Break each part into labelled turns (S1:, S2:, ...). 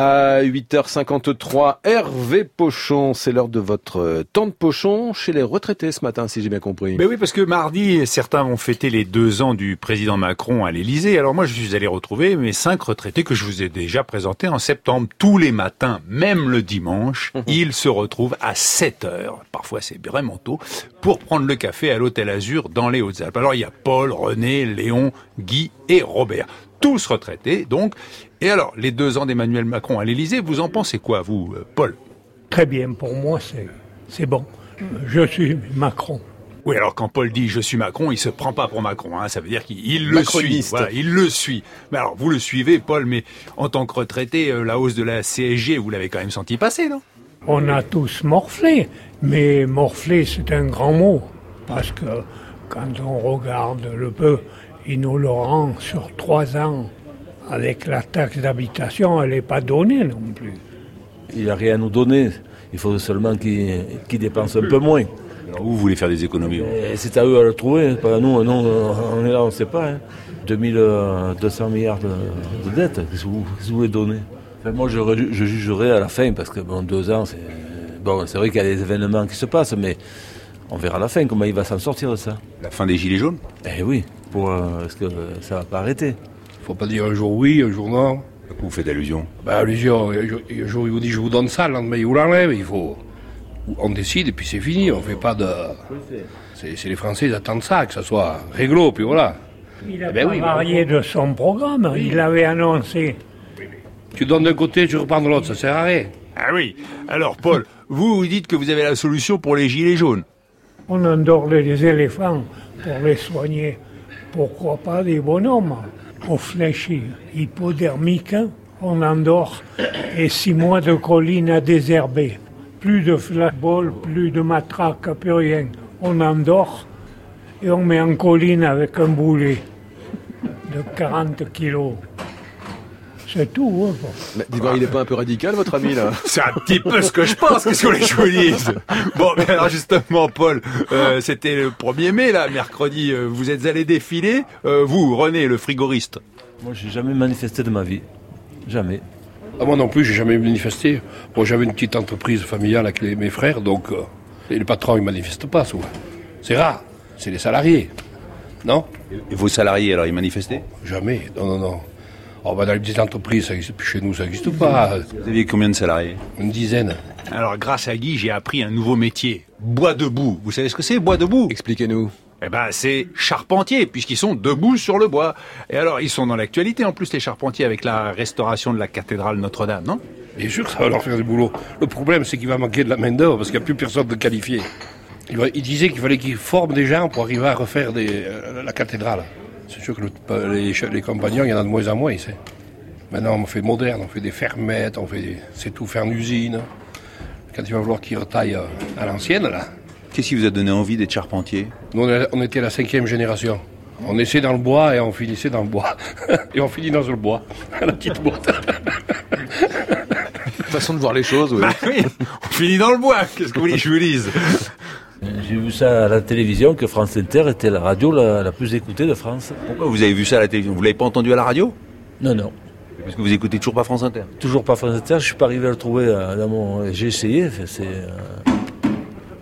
S1: À 8h53, Hervé Pochon, c'est l'heure de votre euh, temps de pochon chez les retraités ce matin, si j'ai bien compris.
S2: Mais Ben oui, parce que mardi, certains ont fêté les deux ans du président Macron à l'Élysée. Alors moi, je suis allé retrouver mes cinq retraités que je vous ai déjà présentés en septembre. Tous les matins, même le dimanche, ils se retrouvent à 7 heures, parfois c'est vraiment tôt, pour prendre le café à l'Hôtel Azur dans les Hautes-Alpes. Alors il y a Paul, René, Léon, Guy et Robert tous retraités, donc. Et alors, les deux ans d'Emmanuel Macron à l'Élysée, vous en pensez quoi, vous, euh, Paul
S3: Très bien, pour moi, c'est, c'est bon. Je suis Macron.
S2: Oui, alors quand Paul dit je suis Macron, il se prend pas pour Macron, hein, ça veut dire qu'il il le suit.
S1: Macroniste.
S2: Voilà, il le suit. Mais alors, vous le suivez, Paul, mais en tant que retraité, euh, la hausse de la CSG, vous l'avez quand même senti passer, non
S3: On a tous morflé, mais morfler, c'est un grand mot. Parce que quand on regarde le peu, il nous le rend sur trois ans. Avec la taxe d'habitation, elle n'est pas donnée non plus.
S4: Il n'a rien à nous donner. Il faut seulement qu'ils qu'ils dépensent un peu moins.
S2: Alors, vous voulez faire des économies hein.
S4: Et c'est à eux à le trouver. Pas à nous, non, on est là, on ne sait pas. hein. 2200 milliards de, de dettes, qu'est-ce que vous, qu'est-ce que vous voulez donner Enfin, Moi, je, reju- je jugerai à la fin, parce que bon, deux ans, c'est. Bon, c'est vrai qu'il y a des événements qui se passent, mais on verra à la fin comment il va s'en sortir de ça.
S2: La fin des Gilets jaunes
S4: Eh oui, pour, euh, parce que euh, ça va pas arrêter.
S5: Faut pas dire un jour oui, un jour non.
S2: À quoi vous faites allusion
S5: Ben, les gens, un jour, un jour, ils vous disent je vous donne ça, le lendemain ils vous l'enlèvent. Il faut. On décide et puis c'est fini, on fait pas de. C'est c'est les Français, ils attendent ça, que ça soit réglo, puis voilà.
S3: Il a
S5: ben
S3: pas
S5: oui,
S3: varié de son programme. Il avait annoncé
S5: Tu donnes d'un côté, tu reprends de l'autre, ça sert à rien.
S2: Ah oui Alors, Paul, vous, vous dites que vous avez la solution pour les Gilets jaunes.
S3: on endorlait les éléphants pour les soigner. Pourquoi pas des bonhommes Au fléchis hypodermique, on endort et six mois de colline à désherber. Plus de flashball, plus de matraque, plus rien. On endort et on met en colline avec un boulet de 40 kilos. C'est tout. hein, bon.
S1: Mais dis donc, il est pas un peu radical, votre ami, là
S2: C'est un petit peu ce que je pense, qu'est-ce que les je vous dise Bon, mais alors justement, Paul, euh, c'était le 1er mai, là, mercredi, euh, vous êtes allé défiler, euh, vous, René, le frigoriste.
S4: Moi, j'ai jamais manifesté de ma vie. Jamais.
S5: Ah, moi non plus, j'ai jamais manifesté. Moi j'avais une petite entreprise familiale avec les- mes frères, donc euh, et le patron il manifeste pas souvent. C'est rare, c'est les salariés. Non
S2: Et vos salariés, alors, ils manifestaient
S5: Jamais, non, non, non. Oh, ben, dans les petites entreprises, ça existe, chez nous ça n'existe pas.
S2: Vous aviez combien de salariés
S5: Une dizaine.
S2: Alors, grâce à Guy, j'ai appris un nouveau métier, bois debout. Vous savez ce que c'est, bois debout
S1: Expliquez-nous.
S2: Eh ben, c'est charpentier, puisqu'ils sont debout sur le bois. Et alors, ils sont dans l'actualité, en plus, les charpentiers, avec la restauration de la cathédrale Notre-Dame, non
S5: Bien sûr que ça va leur faire du boulot. Le problème, c'est qu'il va manquer de la main-d'œuvre parce qu'il n'y a plus personne de qualifié. Il, va- il disait qu'il fallait qu'ils forment des gens pour arriver à refaire des, euh, la cathédrale. C'est sûr que le- euh, les, che- les compagnons, il y en a de moins en moins. c'est. Maintenant, on fait moderne, on fait des fermettes, on fait des, c'est tout faire en usine. Quand il va falloir qu'ils retaillent euh, à l'ancienne, là.
S2: Qu'est-ce qui vous a donné envie d'être charpentier
S5: Nous, on est- on était la cinquième génération. On naissait dans le bois et on finissait dans le bois. et on finit dans le bois, à la petite boîte.
S1: Façon de voir les choses, oui.
S2: Bah oui, on finit dans le bois, qu'est-ce que vous voulez que je vous dise
S4: J'ai vu ça à la télévision que France Inter était la radio la, la plus écoutée de France.
S2: Pourquoi Oh, vous avez vu ça à la télévision Vous l'avez pas entendu à la radio
S4: Non, non.
S2: Parce que vous écoutez toujours pas France Inter.
S4: Toujours pas France Inter, je suis pas arrivé à le trouver euh, dans mon. J'ai essayé, fait, c'est. euh,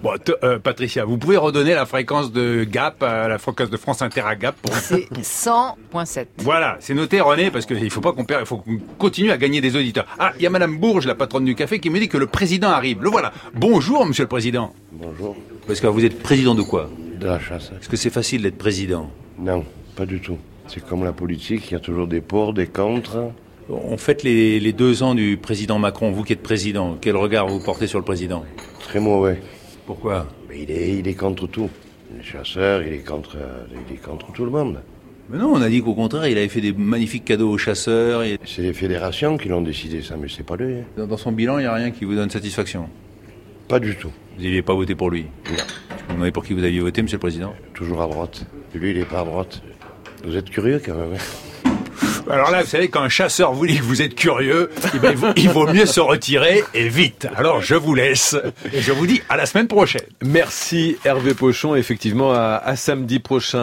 S2: Bon, t- euh, Patricia, vous pouvez redonner la fréquence de Gap, euh, la fréquence de France Inter à Gap pour...
S6: C'est 100.7.
S2: Voilà, c'est noté René, parce qu'il faut pas qu'on perde, il faut qu'on continue à gagner des auditeurs. Ah, il y a Madame Bourges, la patronne du café, qui me dit que le président arrive. Le voilà. Bonjour, Monsieur le Président.
S7: Bonjour.
S2: Parce que vous êtes président de quoi
S7: De la chasse
S2: Est-ce que c'est facile d'être président
S7: Non, pas du tout. C'est comme la politique, il y a toujours des pour, des contre.
S2: On fête les, les deux ans du président Macron. Vous qui êtes président, quel regard vous portez sur le président
S7: Très mauvais.
S2: Pourquoi
S7: Mais il est, il est contre tout. Les chasseurs, il est contre, euh, il est contre tout le monde.
S2: Mais non, on a dit qu'au contraire, il avait fait des magnifiques cadeaux aux chasseurs. Et
S7: C'est les fédérations qui l'ont décidé ça, mais c'est pas lui. hein.
S2: dans dans son bilan, il n'y a rien qui vous donne satisfaction.
S7: Pas du tout.
S2: Vous n'aviez pas voté pour lui Vous demandez pour qui vous aviez voté, monsieur le président
S7: Toujours à droite. Lui, il est pas à droite. Vous êtes curieux quand même. hein.
S2: Alors là, vous savez, quand un chasseur vous dit que vous êtes curieux, eh ben, il, vaut, il vaut mieux se retirer et vite. Alors je vous laisse et je vous dis à la semaine prochaine.
S1: Merci, Hervé Pochon. Effectivement, à- à samedi prochain.